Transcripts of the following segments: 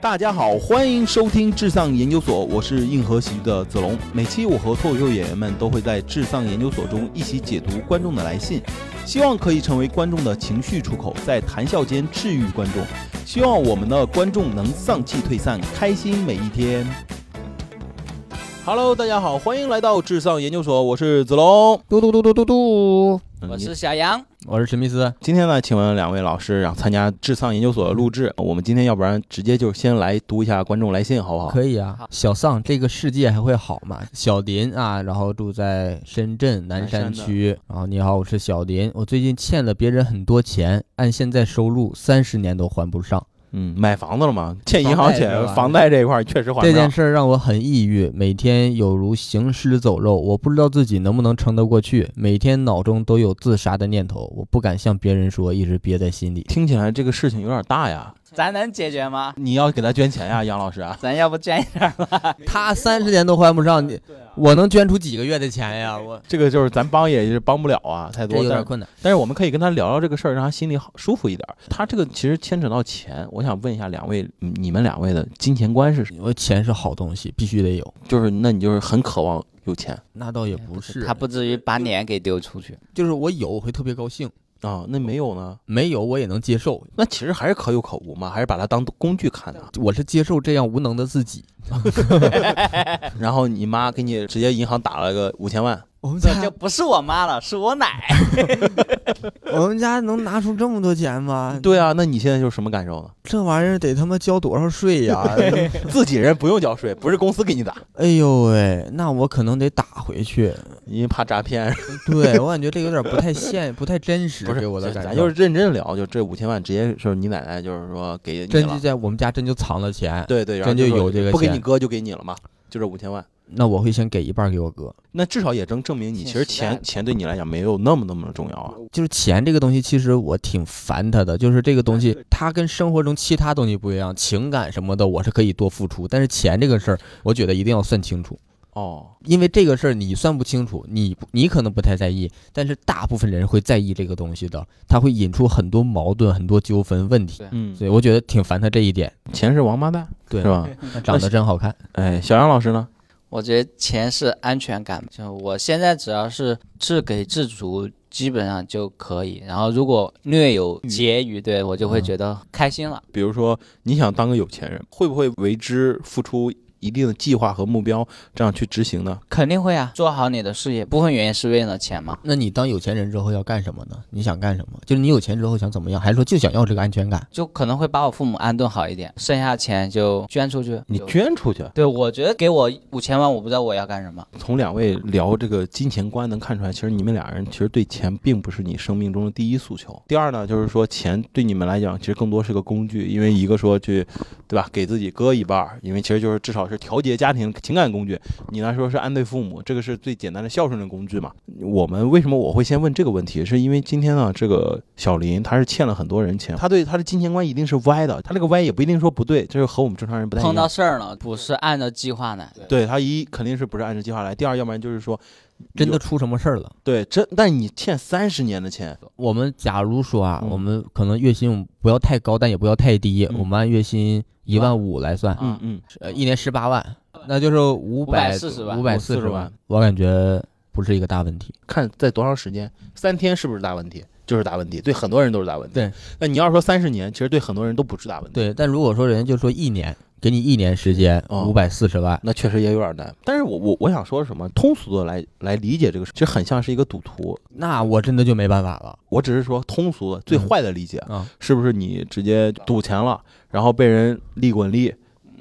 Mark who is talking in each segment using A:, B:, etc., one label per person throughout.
A: 大家好，欢迎收听至丧研究所，我是硬核喜剧的子龙。每期我和脱口秀演员们都会在至丧研究所中一起解读观众的来信，希望可以成为观众的情绪出口，在谈笑间治愈观众。希望我们的观众能丧气退散，开心每一天。Hello，大家好，欢迎来到至丧研究所，我是子龙。
B: 嘟嘟嘟嘟嘟嘟，
A: 嗯
C: 我是小杨，
B: 我是史密斯。
A: 今天呢，请问两位老师，然后参加智丧研究所的录制，我们今天要不然直接就先来读一下观众来信，好不好？
B: 可以啊
C: 好，
B: 小丧，这个世界还会好吗？小林啊，然后住在深圳南山区。然后你好，我是小林，我最近欠了别人很多钱，按现在收入三十年都还不上。
A: 嗯，买房子了吗？欠银行
B: 房贷是
A: 钱，
B: 吧
A: 房贷这一块确实还不
B: 这件
A: 上。
B: 事儿让我很抑郁，每天有如行尸走肉，我不知道自己能不能撑得过去，每天脑中都有自杀的念头，我不敢向别人说，一直憋在心里。
A: 听起来这个事情有点大呀，
C: 咱能解决吗？
A: 你要给他捐钱呀，杨老师啊。
C: 咱要不捐一点吧？
B: 他三十年都还不上，你我能捐出几个月的钱呀？啊我
A: 这个就是咱帮也是帮不了啊，太
B: 这
A: 多。
B: 有点
A: 但
B: 困难。
A: 但是我们可以跟他聊聊这个事儿，让他心里好舒服一点。他这个其实牵扯到钱，我想问一下两位，嗯你们两位的金钱观是什么？
B: 我钱是好东西，必须得有。
A: 就是那你就是很渴望有钱
B: 那倒也哎不是，
C: 他不至于把脸给丢出去。
B: 就是我有我会特别高兴，
A: 啊、那没有呢？
B: 没有我也能接受。
A: 那其实还是可有可无嘛，还是把它当工具看的。
B: 我是接受这样无能的自己。
A: 然后你妈给你直接银行打了个五千万，
B: 我们
C: 这就不是我妈了，是我奶。
B: 我们家能拿出这么多钱吗？
A: 对啊，那你现在就是什么感受呢？
B: 这玩意儿得他妈交多少税呀？
A: 自己人不用交税，不是公司给你打，
B: 哎呦喂，那我可能得打回去。
A: 因为怕诈 骗。
B: 对我感觉这有点不太现，不太真实，
A: 不是
B: 给我的
A: 咱
B: 感觉。
A: 咱就是认真聊，就这五千万直接就是你奶奶就是说给你
B: 真就
A: 了，
B: 在我们家真就藏了钱，
A: 对对，然后
B: 真就
A: 说
B: 有这个
A: 不给你
B: 钱
A: 哥就给你了嘛，就这五千万。
B: 那我会先给一半给我哥。
A: 那至少也能证明你其实
C: 挺实在
A: 钱
C: 的
A: 钱对你来讲没有那么那么重要啊。
B: 就是钱这个东西，其实我挺烦它的。就是这个东西，它跟生活中其他东西不一样，情感什么的我是可以多付出，但是钱这个事儿，我觉得一定要算清楚。
A: 哦，
B: 因为这个事儿你算不清楚，你你可能不太在意，但是大部分人会在意这个东西的，它会引出很多矛盾、很多纠纷问题。
A: 嗯，
B: 所以我觉得挺烦他这一点。
A: 钱是王八蛋，
B: 对
A: 是 吧？
B: 长得真好看，
A: 哎，小杨老师呢？
C: 我觉得钱是安全感，就我现在只要是自给自足，基本上就可以。然后如果略有
A: 嗯
C: 结余，对我就会觉得开心了。
A: 比如说你想当个有钱人，会不会为之付出一定的计划和目标，这样去执行呢？
C: 肯定会啊，做好你的事业，部分原因是为了钱嘛。
B: 那你当有钱人之后要干什么呢？你想干什么？就是你有钱之后想怎么样，还是说就想要这个安全感？
C: 就可能会把我父母安顿好一点，剩下钱就捐出去。
A: 你
C: 就
A: 捐出去，
C: 对，我觉得给我五千万，我不知道我要干什么。
A: 从两位聊这个金钱观能看出来，其实你们俩人其实对钱并不是你生命中的第一诉求。第二呢，就是说钱对你们来讲其实更多是个工具，因为一个说去，对吧，给自己割一半儿，因为其实就是至少是调节家庭情感工具。你来说是安慰父母，这个是最简单的孝顺的工具嘛。我们为什么我会先问这个问题，是因为今天呢，这个小林他是欠了很多人钱，他对他的金钱观一定是歪的，他这个歪也不一定说不对，这是和我们正常人不太一样
C: 碰。到事儿了，不是按照计划呢。
A: 对他一肯定是不是按照计划来，第二要不然就是说
B: 真
A: 有
B: 的出什么事儿了？
A: 对，真，但你欠三十年的钱，
B: 我们假如说啊，
A: 嗯
B: 我们可能月薪不要太高，但也不要太低，
A: 嗯
B: 我们按月薪一万五来算，
C: 啊
A: 嗯，
B: 呃，一年十八万，那就是五
C: 540万
B: 五百四十万，我感觉不是一个大问题。
A: 看在多长时间，三天是不是大问题？就是大问题，对很多人都是大问题。
B: 对，
A: 那你要说三十年，其实对很多人都不是大问题。，
B: 对，但如果说人家就说一年，给你一年时间，
A: 哦
B: 五百四十万，
A: 那确实也有点难。但是我我我想说什么，通俗的来来理解这个事，其实很像是一个赌徒。
B: 那我真的就没办法了
A: 我只是说通俗的最坏的理解，
B: 啊！
A: 是不是你直接赌钱了，然后被人利滚利，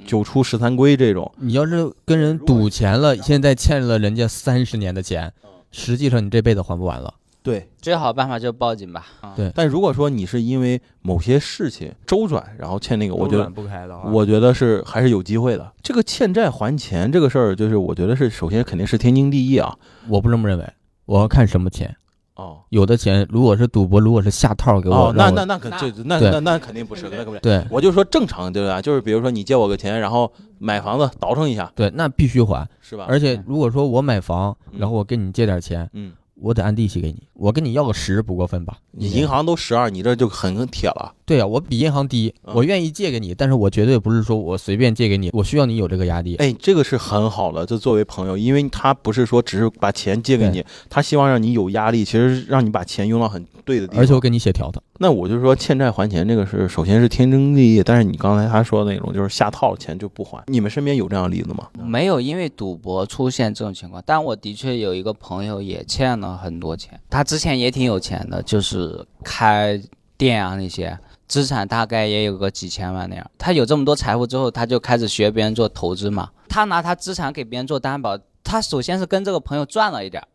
A: 九出十三归这种？
B: 你要是跟人赌钱了，现在欠了人家三十年的钱，实际上你这辈子还不完了。
A: 对，
C: 最好办法就是报警吧。啊
B: 对
A: 但如果说你是因为某些事情周转，然后欠那个，我觉得
B: 不开的
A: 我觉得是还是有机会的。这个欠债还钱这个事儿，就是我觉得是首先肯定是天经地义啊。
B: 我不这么认为，我要看什么钱。
A: 哦，
B: 有的钱如果是赌博，如果是下套给我，
A: 哦，那
B: 让我
A: 那那可
C: 那
A: 这那
B: 对
A: 那那肯定不是，那肯定不是。
B: 对
A: 我就说正常对吧？就是比如说你借我个钱，然后买房子倒腾一下，
B: 对，那必须还。
A: 是吧？
B: 而且如果说我买房，
A: 啊嗯
B: 然后我跟你借点钱，
A: 嗯，
B: 我得按利息给你，我跟你要个十不过分吧？
A: 你银行都十二，你这就很铁了。
B: 对啊，我比银行低，
A: 嗯
B: 我愿意借给你，但是我绝对不是说我随便借给你，我需要你有这个压力。
A: 哎，这个是很好的，就作为朋友，因为他不是说只是把钱借给你，他希望让你有压力，其实是让你把钱用到很对的地方。
B: 而且我跟你协调的，
A: 那我就说欠债还钱这个是首先是天经地义，但是你刚才他说的那种就是下套钱就不还，你们身边有这样的例子吗？
C: 没有因为赌博出现这种情况，但我的确有一个朋友也欠了很多钱，他之前也挺有钱的，就是开店啊那些。资产大概也有个几千万那样，他有这么多财富之后，他就开始学别人做投资嘛。他拿他资产给别人做担保，他首先是跟这个朋友赚了一点儿，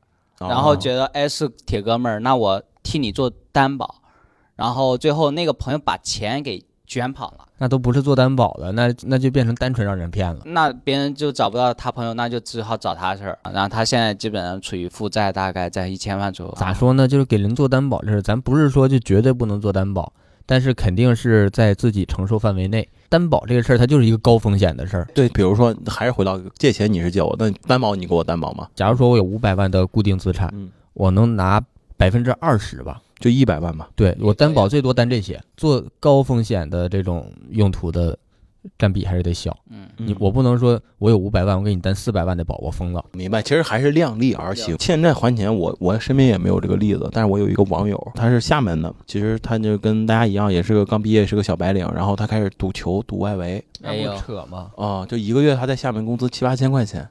A: 啊哦
C: 然后觉得哎是铁哥们儿，那我替你做担保，然后最后那个朋友把钱给卷跑了，
B: 那都不是做担保的，那那就变成单纯让人骗了。
C: 那别人就找不到他朋友，那就只好找他事儿。然后他现在基本上处于负债，大概在一千万
A: 啊
C: 左右。
B: 咋？说呢？就是给人做担保这事儿，咱不是说就绝对不能做担保，但是肯定是在自己承受范围内。担保这个事儿，它就是一个高风险的事儿。
A: 对，比如说还是回到借钱，你是借我，那担保你给我担保吗？
B: 假如说我有五百万的固定资产，
A: 嗯，
B: 我能拿百分之二十吧？
A: 就一百万吧。
B: 对我
C: 也
B: 担
C: 可以
B: 保最多担这些，做高风险的这种用途的占比还是得小。
C: 嗯，
B: 你我不能说我有五百万，我给你担四百万的保，我疯了。
A: 明白，其实还是量力而行。欠债还钱，我我身边也没有这个例子，但是我有一个网友，他是厦门的，其实他就跟大家一样，也是个刚毕业，是个小白领，然后他开始赌球，赌外围，
C: 没有
B: 扯嘛？
A: 啊、就一个月他在厦门工资七八千块钱，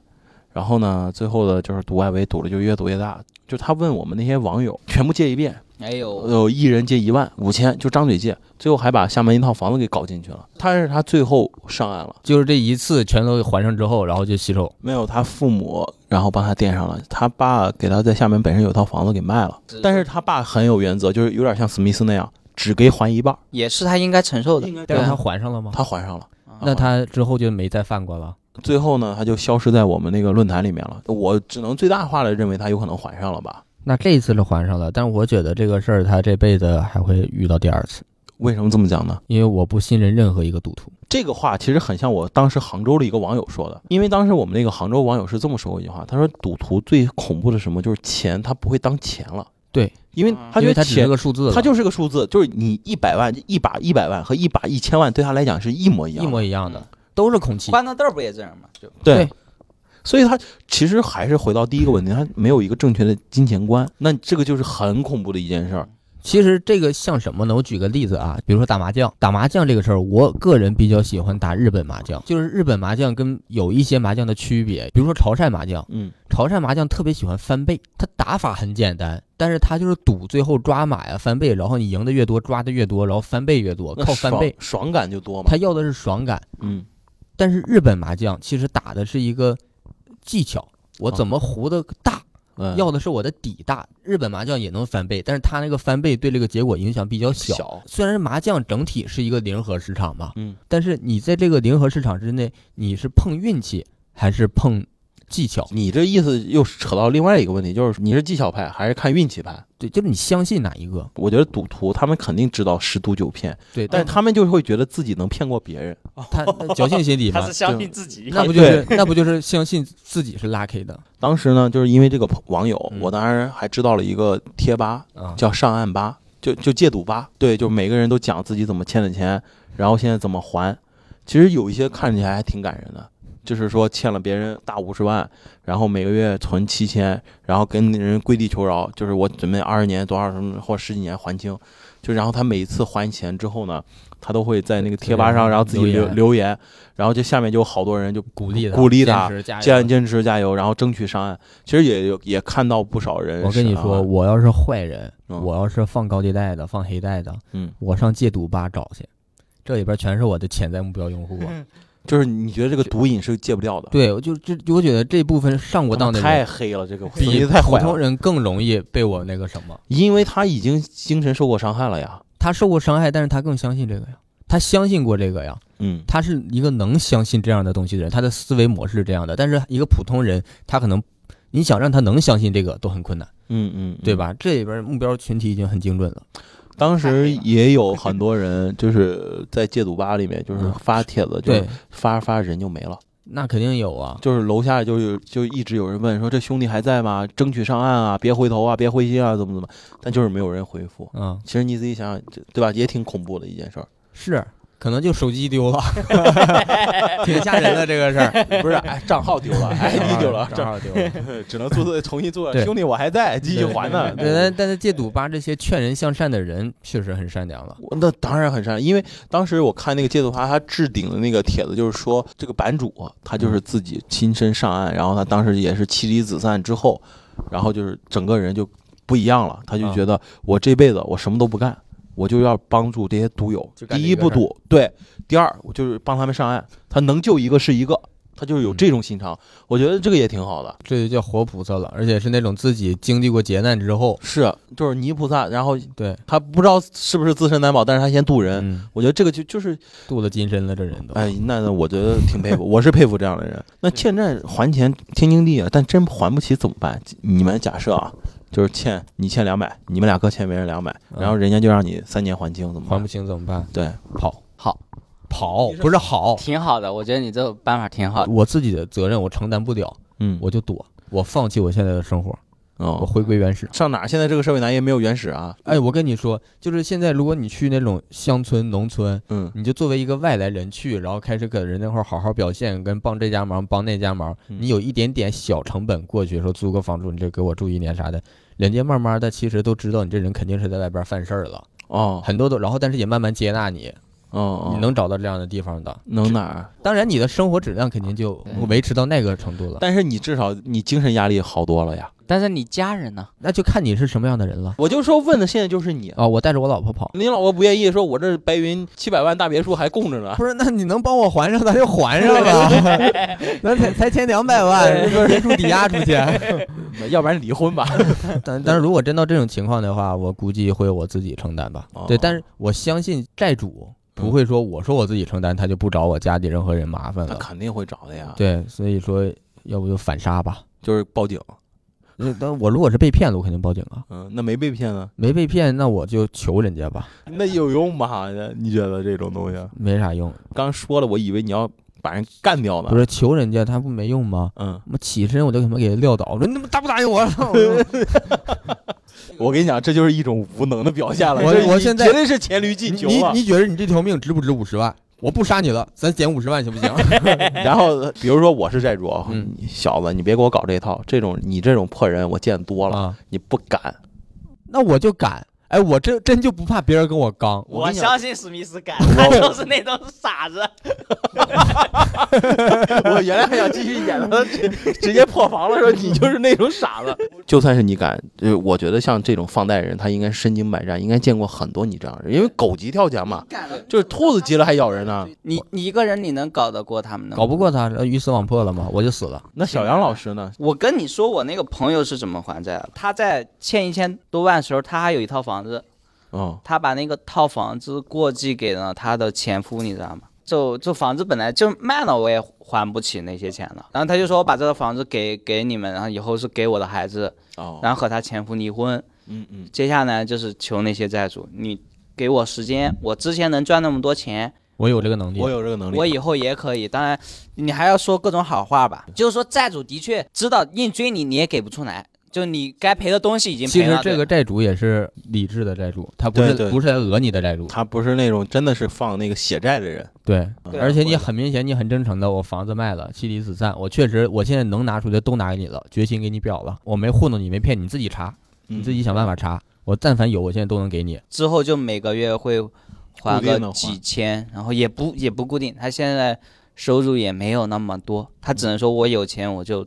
A: 然后呢，最后的就是赌外围，赌的就越赌越大。就他问我们那些网友，全部借一遍，
C: 哎呦，
A: 有一人借一万五千，就张嘴借，最后还把厦门一套房子给搞进去了。但是他最后上岸了，
B: 就是这一次全都还上之后，然后就洗手。
A: 没有他父母，然后帮他垫上了。他爸给他在厦门本身有套房子给卖了，但是他爸很有原则，就是有点像史密斯那样，只给还一半儿，
C: 也是他应该承受的。
B: 但是
C: 对
B: 他
C: 啊
B: 还上了吗？
A: 他还上了。
B: 那他之后就没再犯过了。
A: 最后呢，他就消失在我们那个论坛里面了。我只能最大化的认为他有可能还上了吧？
B: 那这一次是还上了，但是我觉得这个事儿他这辈子还会遇到第二次，
A: 为什么这么讲呢？
B: 因为我不信任任何一个赌徒。
A: 这个话其实很像我当时杭州的一个网友说的，因为当时我们那个杭州网友是这么说过一句话，他说赌徒最恐怖的是什么，就是钱他不会当钱了，
B: 对，
A: 因为他
B: 因
A: 觉
B: 为
A: 得
B: 他只是
A: 钱
B: 个数字了，
A: 他就是个数字，就是你一百万、一把一百万和一把一千万对他来讲是一模一样
B: 一
A: 的，
B: 模一样的，都是空气。
C: 关大豆儿不也这样吗？就
A: 对
B: 对。
A: 所以他其实还是回到第一个问题，他没有一个正确的金钱观，那这个就是很恐怖的一件事儿。
B: 其实这个像什么呢？我举个例子啊，比如说打麻将，打麻将这个事儿，我个人比较喜欢打日本麻将，就是日本麻将跟有一些麻将的区别，比如说潮汕麻将，
A: 嗯，
B: 潮汕麻将特别喜欢翻倍，它打法很简单，但是它就是赌最后抓马呀翻倍，然后你赢的越多抓的越多，然后翻倍越多，
A: 那
B: 靠翻
A: 爽
B: 倍，
A: 爽感就多嘛
B: 它。要的是爽感。
A: 嗯，
B: 但是日本麻将其实打的是一个技巧，我怎么胡的大，
A: 嗯
B: 要的是我的底大。日本麻将也能翻倍，但是它那个翻倍对这个结果影响比较小。
A: 小，
B: 虽然麻将整体是一个零和市场嘛，
A: 嗯，
B: 但是你在这个零和市场之内，你是碰运气还是碰技巧？
A: 你这意思又扯到另外一个问题，就是你是技巧派还是看运气派？
B: 对，就是你相信哪一个？
A: 我觉得赌徒他们肯定知道十赌九骗，
B: 对，
A: 但
B: 但
A: 是他们就会觉得自己能骗过别人。
B: 他 他侥幸心理嘛，对
C: 哎自己
B: 那不就是那不就是相信自己是 lucky 的
A: 当时呢，就是因为这个朋网友，
B: 嗯
A: 我当然还知道了一个贴吧
B: 啊？
A: 叫“上岸吧”，就就戒赌吧。对，就每个人都讲自己怎么欠的钱，然后现在怎么还。其实有一些看起来还挺感人的，就是说欠了别人大五十万，然后每个月存七千，然后跟人跪地求饶，就是我准备二十年多少什么或十几年还清。就然后他每次还钱之后呢，他都会在那个贴吧上，然后自己留
B: 留言
A: 留言，然后就下面就有好多人就
B: 鼓励他，
A: 鼓励他
B: 坚持加油
A: 坚坚持加油，然后争取上岸。其实也有也看到不少人。
B: 我跟你说，，我要是坏人，
A: 啊嗯
B: 我要是放高利贷的，放黑贷的，
A: 嗯，
B: 我上戒赌吧找去，这里边全是我的潜在目标用户
C: 嗯
B: 啊。
A: 就是你觉得这个毒瘾是戒不掉的，
B: 对，我就这，我觉得这部分上过当的
A: 太
B: 人
A: 黑了，这个分
B: 比
A: 析太
B: 普
A: 坏
B: 通
A: 了，
B: 人更容易被我那个什么。
A: 因为他已经精神受过伤害了呀。
B: 他受过伤害，但是他更相信这个呀，他相信过这个呀，
A: 嗯，
B: 他是一个能相信这样的东西的人，他的思维模式是这样的。但是一个普通人，他可能你想让他能相信这个都很困难，
A: 嗯嗯，
B: 对？吧？这里边目标群体已经很精准了。
A: 当时也有很多人就是在戒毒吧里面，就是
B: 嗯
A: 发帖子，就是
B: 对，
A: 发着发着人就没了。
B: 那肯定有啊。
A: 就是楼下就有就一直有人问说这兄弟还在吗？争取上岸啊，别回头啊，别灰心啊，怎么怎么？但就是没有人回复。
B: 嗯，
A: 其实你自己想想，这对吧？也挺恐怖的一件事儿。
B: 是，可能就手机丢 了，挺吓人的这个事 儿。
A: 不是，哎， 账号丢了，ID 丢了，
B: 账号丢了。
A: 这只能做重新做。
B: 对
A: 兄弟，我还在，继续还呢。
B: 对，但但是戒赌吧这些劝人向善的人确实很善良了。
A: 我那当然很善，因为当时我看那个戒毒花他置顶的那个帖子，就是说这个版主啊他
B: 嗯
A: 就是自己亲身上岸，然后他当时也是妻离子散之后，然后就是整个人就不一样了，
B: 啊
A: 他就觉得我这辈子我什么都不干，我就要帮助这些毒友
B: 就，干
A: 第
B: 这
A: 一
B: 个
A: 不
B: 事儿
A: 赌，对，第二我就是帮他们上岸，他能救一个是一个。他就是有
B: 嗯
A: 这种心肠，我觉得这个也挺好的。
B: 这就叫活菩萨了，而且是那种自己经历过劫难之后，
A: 是，就是泥菩萨，然后
B: 啊对，
A: 他不知道是不是自身难保，但是他先渡人。
B: 嗯，
A: 我觉得这个就就是
B: 镀了金身了，这人都，
A: 哎，那那我觉得挺佩服，我是佩服这样的人。那欠债还钱天经地义啊，但真还不起怎么办？你们假设啊，就是欠你欠两百，你们俩各欠别人两百，然后人家就让你三年还清，怎么
B: 嗯还
A: 办
B: 不？清怎么办？
A: 对，
B: 跑跑
C: 好，
B: 不是好，
C: 挺好的，我觉得你这个办法挺好的。
B: 我自己的责任我承担不了，
A: 嗯，
B: 我就躲，我放弃我现在的生活，我
A: 哦，
B: 回归原始。
A: 上哪儿？现在这个社会咱也没有原始啊。
B: 哎，我跟你说，就是现在，如果你去那种乡村、农村，
A: 嗯，
B: 你就作为一个外来人去，然后开始搁人那块儿好好表现，跟帮这家忙、帮那家忙，
A: 嗯
B: 你有一点点小成本过去，说租个房住，你这给我住一年啥的，人家慢慢的其实都知道你这人肯定是在外边犯事儿了，
A: 哦，
B: 很多都，然后但是也慢慢接纳你，
A: 哦哦，
B: 你能找到这样的地方的。
A: 能哪儿？
B: 当然，你的生活质量肯定就维持到那个程度了，
A: 但是你至少你精神压力好多了呀。
C: 但是你家人呢？
B: 那就看你是什么样的人了。
A: 我就说问的现在就是你，
B: 啊、我带着我老婆跑，
A: 你老婆不愿意，说我这白云七百万大别墅还供着 呢。
B: 不是，那你能帮我还上，咱就还 上吧。 咱才才欠两百万，说人住抵押出去。
A: 要不然离婚吧。
B: 但但是如果真到这种情况的话，我估计会我自己承担吧
A: 哦。
B: 对，但是我相信债主不会说我说我自己承担，他就不找我家里任何人麻烦
A: 那
B: 了。
A: 肯定会找的呀。，
B: 对，所以说要不就反杀吧。
A: 就是报警。
B: 那但我如果是被骗了，我肯定报警啊。
A: 嗯，那没被骗呢？
B: 没被骗，那我就求人家吧，
A: 那有用吗？ 你觉得这种东西？
B: 没啥用。
A: 刚说了，我以为你要把人干掉呢。
B: 不，是求人家，他不没用吗？
A: 嗯，
B: 我起身我就他妈给他撂倒，我说你他妈答不答应 我？
A: 我跟你讲，这就是一种无能的表现了。
B: 我
A: 这
B: 我现在
A: 绝对是黔驴技穷啊
B: 你。你觉得你这条命值不值五十万？我不杀你了，咱减五十万行 不行？
A: 然后，比如说我是债主，啊
B: 嗯
A: 你小子，你别给我搞这套。这种你这种破人，我见多了，
B: 啊，
A: 你不敢。
B: 那我就敢。哎，我这真就不怕别人跟我 刚。
A: 我跟你讲
C: 信史密斯敢，他就是那种傻子。
A: 我原来还想继续演他，直直接破防了，说你就是那种傻子。 就算是你敢，呃，我觉得像这种放贷人，他应该身经百战，应该见过很多你这样的人，因为狗急跳墙嘛，就是兔子急了还咬人呢。
C: 你你一个人你能搞得过他们的吗？
B: 搞不过他，呃鱼死网破了嘛，我就死了。
A: 那小杨老师呢？
C: 我跟你说，我那个朋友是怎么还债的？他在欠一千多万的时候，他还有一套房子，
A: 哦，
C: 他把那个套房子过继给了他的前夫，你知道吗？就就房子本来就卖了，我也还不起那些钱了。然后他就说，我把这个房子给给你们，然后以后是给我的孩子，
A: 哦，
C: 然后和他前夫离婚。
A: 嗯嗯，
C: 接下来就是求那些债主，你给我时间，我之前能赚那么多钱，
B: 我有这个能力
A: 我。有这个能力。
C: 我以后也可以。当然，你还要说各种好话吧。就是说，债主的确知道硬追你，你也给不出来，就你该赔的东西已经
B: 其
C: 赔
B: 实
C: 了。
B: 这个
C: 对
B: 债主也是理智的债主，他不是
A: 对对
B: 不是来讹你的债主。
A: 他不是那种真的是放那个血债的人，
B: 对，
C: 对啊
B: 而且你很明显，你很真诚的，我房子卖了，妻离子散，我确实我现在能拿出的都拿给你了，决心给你表了，我没糊弄你，没骗你，你自己查，你
A: 嗯
B: 自己想办法查。我但凡有，我现在都能给你。
C: 之后就每个月会还
A: 固定地
C: 个
A: 还
C: 几千，然后也不也不固定。他现在收入也没有那么多，他只能说我有钱我就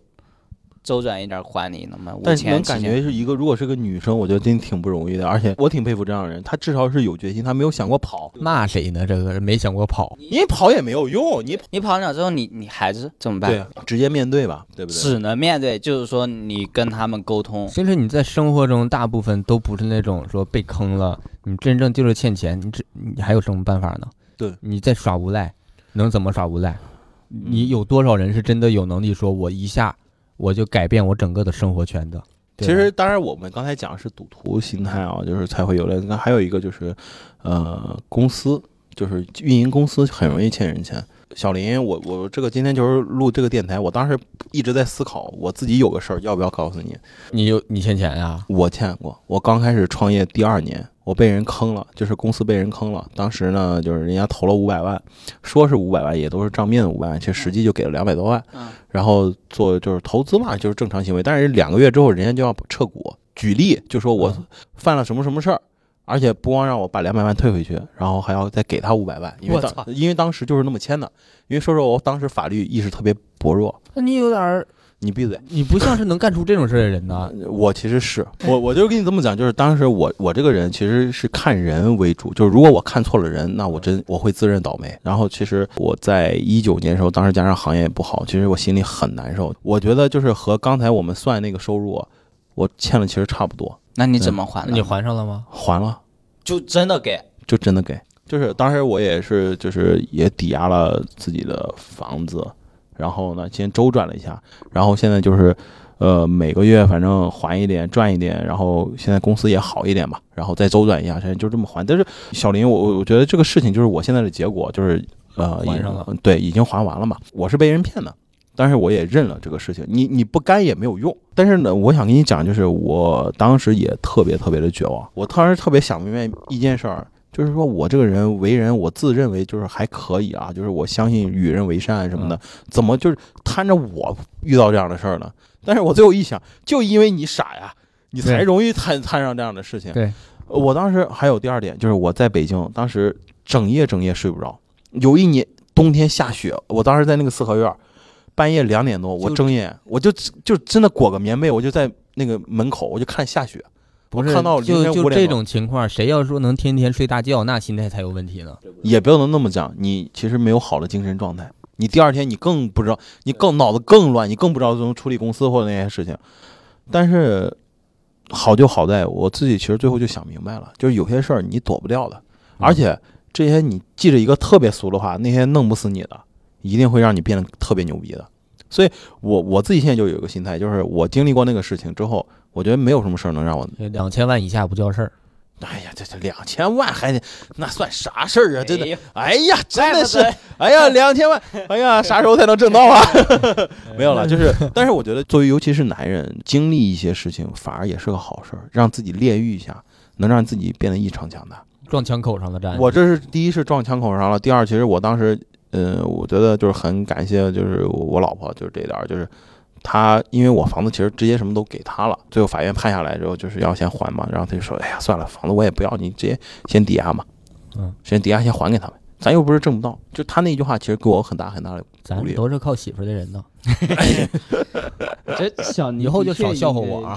C: 周转一点还你，那么五
A: 但是能
C: 千
A: 感
C: 七
A: 觉
C: 千。
A: 是一个，如果是个女生，我觉得真挺不容易的，而且我挺佩服这样的人，他至少是有决心，他没有想过跑，
B: 骂谁呢？这个人没想过跑，
A: 因为跑也没有用，你
C: 你跑了之后，你你孩子怎么办？
A: 对直接面对吧，对不啊对？
C: 只能面对，就是说你跟他们沟通，
B: 其实你在生活中大部分都不是那种说被坑了，你真正就是欠钱，你这你还有什么办法呢？
A: 对
B: 你再耍无赖，能怎么耍无赖？你有多少人是真的有能力说，我一下我就改变我整个的生活圈的？
A: 其
B: 对吧
A: 实，当然，我们刚才讲的是赌徒心态啊，就是才会有的。那还有一个就是，呃，公司就是运营公司很容易欠人钱。小林，我我这个今天就是录这个电台，我当时一直在思考，我自己有个事儿要不要告诉你？
B: 你有你欠钱呀？
A: 我欠过，我刚开始创业第二年，我被人坑了，就是公司被人坑了。当时呢，就是人家投了五百万，说是五百万，也都是账面的五百万，其实实际就给了两百多万。
C: 嗯，
A: 然后做就是投资嘛，就是正常行为。但是两个月之后，人家就要撤股。举例就说我
B: 嗯
A: 犯了什么什么事儿，而且不光让我把两百万退回去，然后还要再给他五百万，因为
B: 我操
A: 当因为当时就是那么签的。因为说实话，我当时法律意识特别薄弱。
B: 那你有点儿，
A: 你闭嘴！
B: 你不像是能干出这种事儿的人呐。
A: 我其实是我，我就跟你这么讲，就是当时我我这个人其实是看人为主，就是如果我看错了人，那我真我会自认倒霉。然后其实我在一九年的时候，当时加上行业也不好，其实我心里很难受。我觉得就是和刚才我们算那个收入啊，我欠了其实差不多，
C: 那你怎么还
B: 那
C: 的？
B: 你还上了吗？
A: 还了。
C: 就真的给？
A: 就真的给。就是当时我也是，就是也抵押了自己的房子，然后呢，先周转了一下，然后现在就是，呃，每个月反正还一点，赚一点，然后现在公司也好一点吧，然后再周转一下，现在就这么还。但是小林，我我我觉得这个事情就是我现在的结果，就是呃，
B: 还
A: 已
B: 上了
A: 对，已经还完了嘛。我是被人骗的，但是我也认了这个事情，你你不该也没有用。但是呢，我想跟你讲，就是我当时也特别特别的绝望，我当时特别想明白一件事儿，就是说我这个人为人，我自认为就是还可以啊，就是我相信与人为善什么
B: 嗯
A: 的，怎么就是摊着我遇到这样的事儿呢？但是我最后一想，就因为你傻呀，你才
B: 对
A: 容易摊摊上这样的事情。呃
B: 对，
A: 我当时还有第二点，就是我在北京，当时整夜整夜睡不着。有一年冬天下雪，我当时在那个四合院儿，半夜两点多，我
B: 就
A: 睁眼，我就就真的裹个棉被，我就在那个门口，我就看下雪。
B: 不是
A: 看到，凌
B: 就
A: 晨
B: 就
A: 5点
B: 这
A: 多
B: 种情况，谁要说能天天睡大觉，那心态才有问题呢。
A: 也不能那么讲，你其实没有好的精神状态，你第二天你更不知道，你更脑子更乱，你更不知道怎么处理公司或者那些事情。但是好就好在我自己其实最后就想明白了，就是有些事儿你躲不掉的，
C: 嗯
A: 而且这些你记着一个特别俗的话，那些弄不死你的，一定会让你变得特别牛逼的。所以我我自己现在就有一个心态，就是我经历过那个事情之后，我觉得没有什么事儿能让我
B: 两千万以下不叫事儿，
A: 哎呀，这这两千万还得那算啥事儿啊？真
C: 哎
A: 的
C: 呀，
A: 哎呀，真的是
C: 怪不，
A: 哎呀，两千万，哎呀，啥时候才能挣到啊？ 没有了，就是，但是我觉得，作为尤其是男人，经历一些事情反而也是个好事儿，让自己炼狱一下，能让自己变得异常强大。
B: 撞枪口上了站。
A: 我这是第一是撞枪口上了，第二其实我当时，嗯，我觉得就是很感谢，就是我我老婆，就是这一点儿，就是她，因为我房子其实直接什么都给她了，最后法院判下来之后，就是要先还嘛，然后她就说，哎呀，算了，房子我也不要，你直接先抵押嘛，
B: 嗯，
A: 先抵押先还给他们。咱又不是挣不到，就她那一句话，其实给我很大很大的
B: 咱
A: 鼓励
B: 都是靠媳妇儿的人呢，
C: 这 小
B: 以后就少笑话我啊。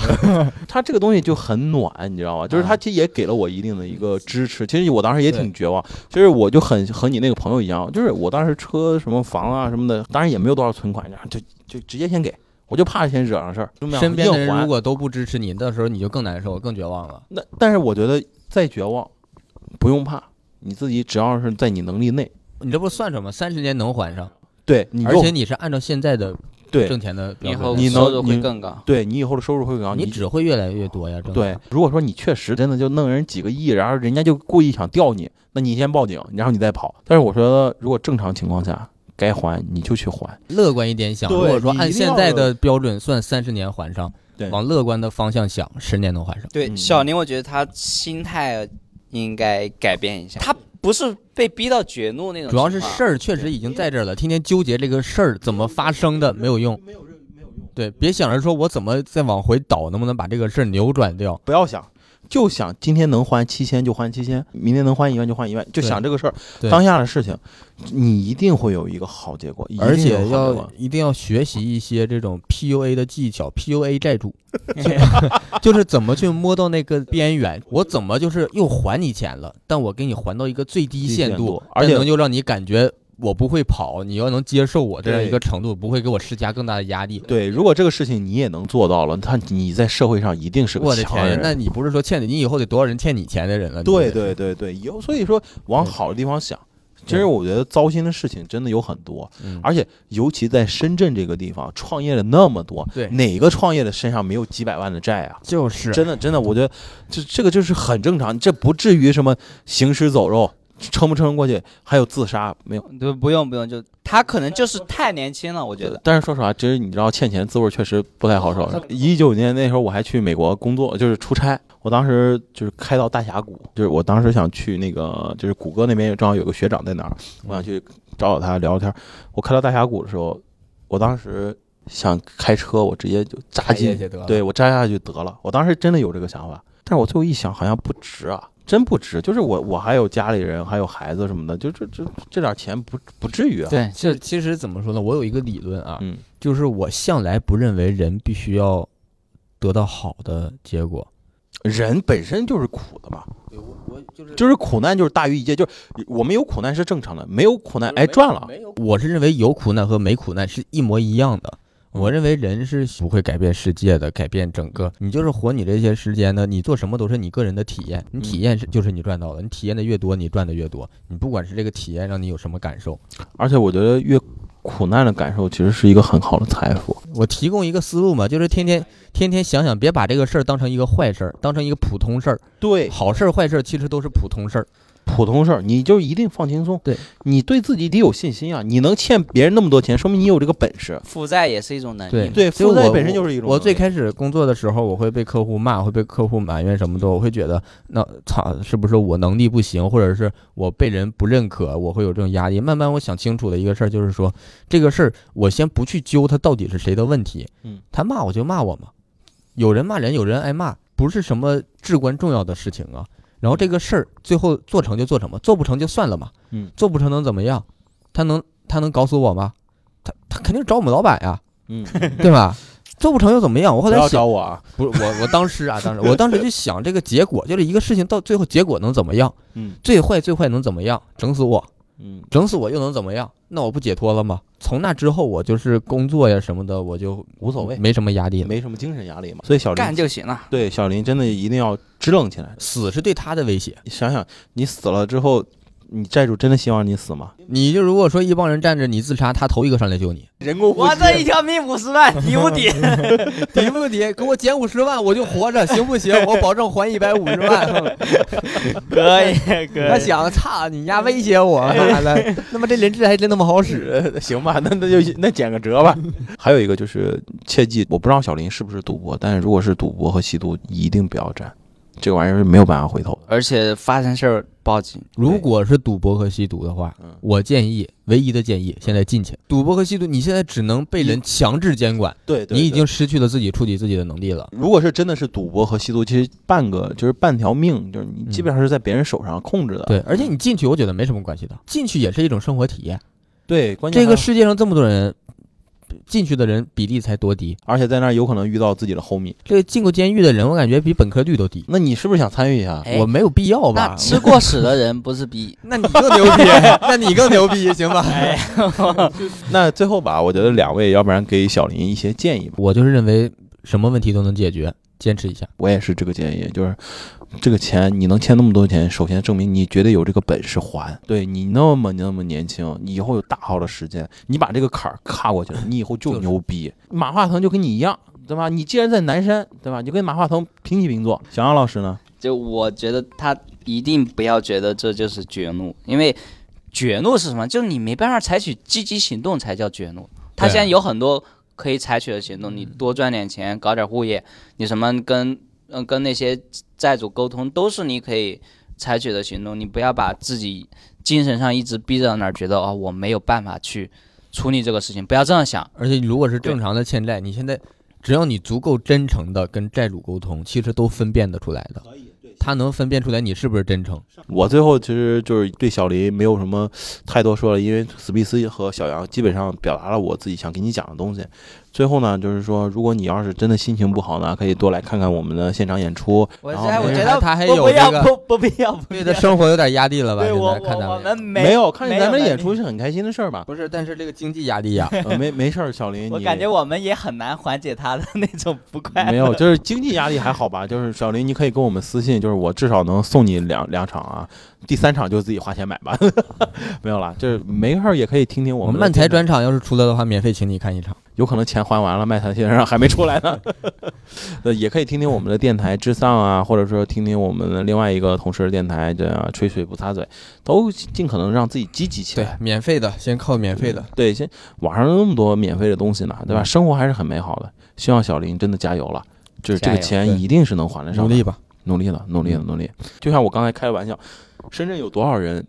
A: 他这个东西就很暖，你知道
B: 啊
A: 吗？就是他其实也给了我一定的一个支持。其实我当时也挺绝望，就是我就很和你那个朋友一样，就是我当时车什么房啊什么的，当然也没有多少存款，然后就就直接先给，我就怕先惹上事儿，就没有
B: 身边的人
A: 硬还
B: 如果都不支持你，到时候你就更难受，更绝望了。
A: 那但是我觉得再绝望，不用怕，你自己只要是在你能力内，
B: 你这不算什么？三十年能还上，
A: 对你
B: 而
A: 就
B: 且你是按照现在的
A: 对
B: 挣钱的
C: 以
B: 标
C: 后
B: 准，
A: 你能
C: 收入
A: 你
C: 会更高。
A: 对你以后的收入会更高，
B: 你
A: 你
B: 只会越来越多呀。挣
A: 对，如果说你确实真的就弄人几个亿，然后人家就故意想吊你，那你先报警，然后你再跑。但是我觉得，如果正常情况下该还你就去还，
B: 乐观一点想，
A: 对
B: 如果说
A: 你
B: 按
A: 一定要
B: 现在的标准算三十年还上，
A: 对
B: 往乐观的方向想，十年能还上。
C: 对，
A: 嗯
C: 小林，我觉得他心态应该改变一下，他不是被逼到绝路那种情
B: 主
C: 况，啊
B: 要是事儿确实已经在这儿了，天天纠结这个事儿怎么发生的没有用，没有用。对，别想着说我怎么再往回倒，能不能把这个事儿扭转掉？
A: 不要想，就想今天能还七千就还七千，明天能还一万就还一万，就
B: 对
A: 想这个事儿，
B: 对
A: 当下的事情，你一定会有一个好结果，一定
B: 而
A: 有
B: 且
A: 好结
B: 要
A: 果
B: 一定要学习一些这种 PUA 的技巧，PUA 债 主，就就是怎么去摸到那个边缘，我怎么就是又还你钱了，但我给你还到一个最低
A: 低
B: 限
A: 限
B: 度
A: 度，而且
B: 但能就让你感觉我不会跑，你要能接受我这样一个程度，不会给我施加更大的压力。
A: 对，如果这个事情你也能做到了，他你在社会上一定是个
B: 我的
A: 强
B: 天呀
A: 人，。
B: 那你不是说欠你，你以后得多少人欠你钱的人了？
A: 对
B: 你这
A: 对对对，有所以说往
B: 对
A: 好的地方想。其
B: 对
A: 实我觉得糟心的事情真的有很多，
B: 嗯
A: 而且尤其在深圳这个地方，创业的那么多，
B: 对
A: 哪个创业的身上没有几百万的债啊？
B: 就是
A: 真的真的，我觉得这这个就是很正常，这不至于什么行尸走肉，撑不撑得过去，还有自杀没有？
C: 对，不用不用，就他可能就是太年轻了，我觉得。
A: 但是说实话，其实你知道欠钱滋味确实不太好受。一九年那时候我还去美国工作，就是出差。我当时就是开到大峡谷，就是我当时想去那个，就是谷歌那边正好有个学长在那儿，我想去找找他聊聊天。我开到大峡谷的时候，我当时想开车，我直接就扎进，
B: 去得了
A: 对我扎下去得了。我当时真的有这个想法，但是我最后一想，好像不值啊，真不值。就是我我还有家里人，还有孩子什么的，就这这这点钱不不至于啊。
C: 对，
B: 这其实怎么说呢？我有一个理论啊，
A: 嗯
B: 就是我向来不认为人必须要得到好的结果。
A: 人本身就是苦的嘛，就是苦难就是大于一切，就是我们有苦难是正常的，没有苦难哎赚了，
B: 我是认为有苦难和没苦难是一模一样的。我认为人是不会改变世界的，改变整个。你就是活你这些时间呢，你做什么都是你个人的体验，你体验是就是你赚到的，你体验的越多，你赚的越多。你不管是这个体验让你有什么感受，
A: 而且我觉得越苦难的感受其实是一个很好的财富。
B: 我提供一个思路嘛，就是天天天天想想，别把这个事儿当成一个坏事儿，当成一个普通事儿，
A: 对，
B: 好事儿坏事儿其实都是普通事儿。
A: 普通事儿你就一定放轻松，
B: 对
A: 你对自己得有信心啊！你能欠别人那么多钱，说明你有这个本事。
C: 负债也是一种能力
B: 对
C: 嘛。
A: 对，
B: 所以
A: 负债
B: 我
A: 本身就是一种
B: 我
A: 能力
B: 最开始工作的时候，我会被客户骂，会被客户埋怨什么的，我会觉得那操，是不是我能力不行，或者是我被人不认可，我会有这种压力。慢慢我想清楚的一个事儿就是说，这个事儿我先不去揪他到底是谁的问题，
A: 嗯，
B: 他骂我就骂我嘛，有人骂人，有人挨骂，不是什么至关重要的事情啊。然后这个事儿最后做成就做成嘛，做不成就算了嘛，
A: 嗯，
B: 做不成能怎么样？他能他能搞死我吗？他他肯定找我们老板呀，
A: 嗯，
B: 对吧？做不成又怎么样？我后
A: 不
B: 来
A: 要
B: 想，
A: 找我啊！
B: 不是我，我当时啊，当时我当时就想这个结果，就是一个事情到最后结果能怎么样？
A: 嗯
B: 最坏最坏能怎么样？整死我，
A: 嗯，
B: 整死我又能怎么样？那我不解脱了吗？从那之后，我就是工作呀什么的，我就
A: 无所谓，
B: 没什么压力了。
A: 没什么精神压力嘛。所以小
C: 干
A: 林
C: 就行了。
A: 对小林真的一定要支棱起来。
B: 死是对他的威胁。
A: 你想想，你死了之后，你债主真的希望你死吗？
B: 你就如果说一帮人站着，你自杀，他头一个上来救 你，
A: 人工
C: 我这一条命五十万，抵不抵？
B: 抵不抵？给我减五十万，我就活着，行不行？我保证还一百五十 万。
C: 可以，可
B: 他
C: 以。
B: 想，操你丫威胁我，妈的！那么这人质还真那么好使？
A: 呃， 行吧，那那就那减个折吧。还有一个就是切记，我不知道小林是不是赌博，但是如果是赌博和吸毒，一定不要沾，这个玩意儿是没有办法回头的。
C: 而且发生事儿报警，
B: 如果是赌博和吸毒的话
A: 嗯，
B: 我建议唯一的建议，现在进去。赌博和吸毒，你现在只能被人强制监管，
A: 对
B: 你已经失去了自己处理自己的能力了。
A: 如果是真的是赌博和吸毒，其实半个就是半条命，就是你基本上是在别人手上控制的。
B: 对，而且你进去，我觉得没什么关系的，啊嗯进去也是一种生活体验。
A: 对，关键
B: 这
A: 还有
B: 个世界上这么多人，进去的人比例才多低？
A: 而且在那儿有可能遇到自己的 homie，
B: 这个进过监狱的人，我感觉比本科率都低。
A: 那你是不是想参与一下？
C: 哎
B: 我没有必要吧
C: 那？吃过屎的人不是比
B: 那你更牛 逼，那你更牛逼，行吧？
A: 那最后吧，我觉得两位要不然给小林一些建议吧。
B: 我就是认为什么问题都能解决，坚持一下。
A: 我也是这个建议，就是这个钱你能欠那么多钱，首先证明你绝对有这个本事还。对你那么那么年轻，你以后有大好的时间，你把这个坎儿跨过去了，你以后就
B: 就是
A: 牛逼。马化腾就跟你一样，对吧？你既然在南山，对吧？你就跟马化腾平起平坐。小杨老师呢？
C: 就我觉得他一定不要觉得这就是绝路，因为绝路是什么？就是你没办法采取积极行动才叫绝路。他现在有很多可以采取的行
B: 啊
C: 动，你多赚点钱，搞点物业，你什么跟嗯跟那些债主沟通，都是你可以采取的行动。你不要把自己精神上一直逼到那儿，觉得哦我没有办法去处理这个事情，不要这样想。
B: 而且如果是正常的欠债，你现在只要你足够真诚的跟债主沟通，其实都分辨得出来的。他能分辨出来你是不是真诚。
A: 我最后其实就是对小林没有什么太多说了，因为史密斯和小杨基本上表达了我自己想给你讲的东西。最后呢，就是说，如果你要是真的心情不好呢，可以多来看看我们的现场演出。
C: 我
A: 然后哎我没
B: 觉人得他还我有不这要个
C: 不不必要，
B: 对的生活有点压力了吧？现在看咱们
C: 没
A: 没有看见咱们演出是很开心的事儿 吧？
B: 不是，但是这个经济压力呀、
A: 呃没没事儿，小林，
C: 我
A: 你
C: 感觉我们也很难缓解他的那种不快乐。
A: 没有，就是经济压力还好吧？就是小林，你可以跟我们私信，就是就是我至少能送你两两场啊，第三场就自己花钱买吧。 没有啦，就是没事儿也可以听听我
B: 我
A: 们
B: 们
A: 的
B: 漫才
A: 电台
B: 专场要是出了的话，免费请你看一场。
A: 有可能钱还完了，卖才先生还没出来呢。 呃，也可以听听我们的电台之丧啊，或者说听听我们的另外一个同事的电台，这样吹水不擦嘴，都尽可能让自己积极起
B: 对
A: 来。，
B: 免费的，先靠免费
A: 嗯
B: 的。嗯
A: 对，现网上有那么多免费的东西呢，对吧？生活还是很美好的。希望小林真的加油了，就是这个
C: 加
B: 油
A: 钱
B: 对
A: 一定是能还得上
B: 努
A: 的。
B: 力吧，嗯
A: 努力了，努力了，努力。就像我刚才开的玩笑，深圳有多少人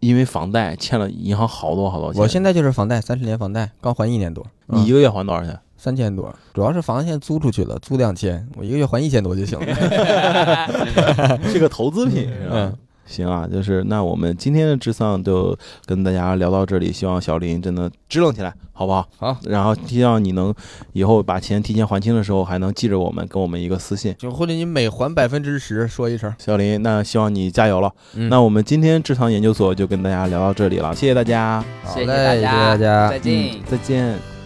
A: 因为房贷欠了银行好多好多钱？
B: 我现在就是房贷，三十年房贷，刚还一年多，
A: 你一
B: 嗯
A: 个月还多少 钱？
B: 三千多，主要是房子现在租出去了，租两千，我一个月还一千多就行
C: 啊
B: 了。
A: 是个投资品，是吧？
B: 嗯
A: 行啊，就是那我们今天的智丧就跟大家聊到这里，希望小林真的支棱起来，好不好？
B: 好，
A: 然后希望你能以后把钱提前还清的时候，还能记着我们，跟我们一个私信。
B: 就或者你每还百分之十说一声。
A: 小林，那希望你加油了。
B: 嗯
A: 那我们今天智商研究所就跟大家聊到这里了，谢谢大家，嗯
B: 好
C: 谢谢
B: 嘞
C: 大
B: 谢谢
C: 家，
B: 大家
C: 再见。
A: 再见。
B: 拜拜。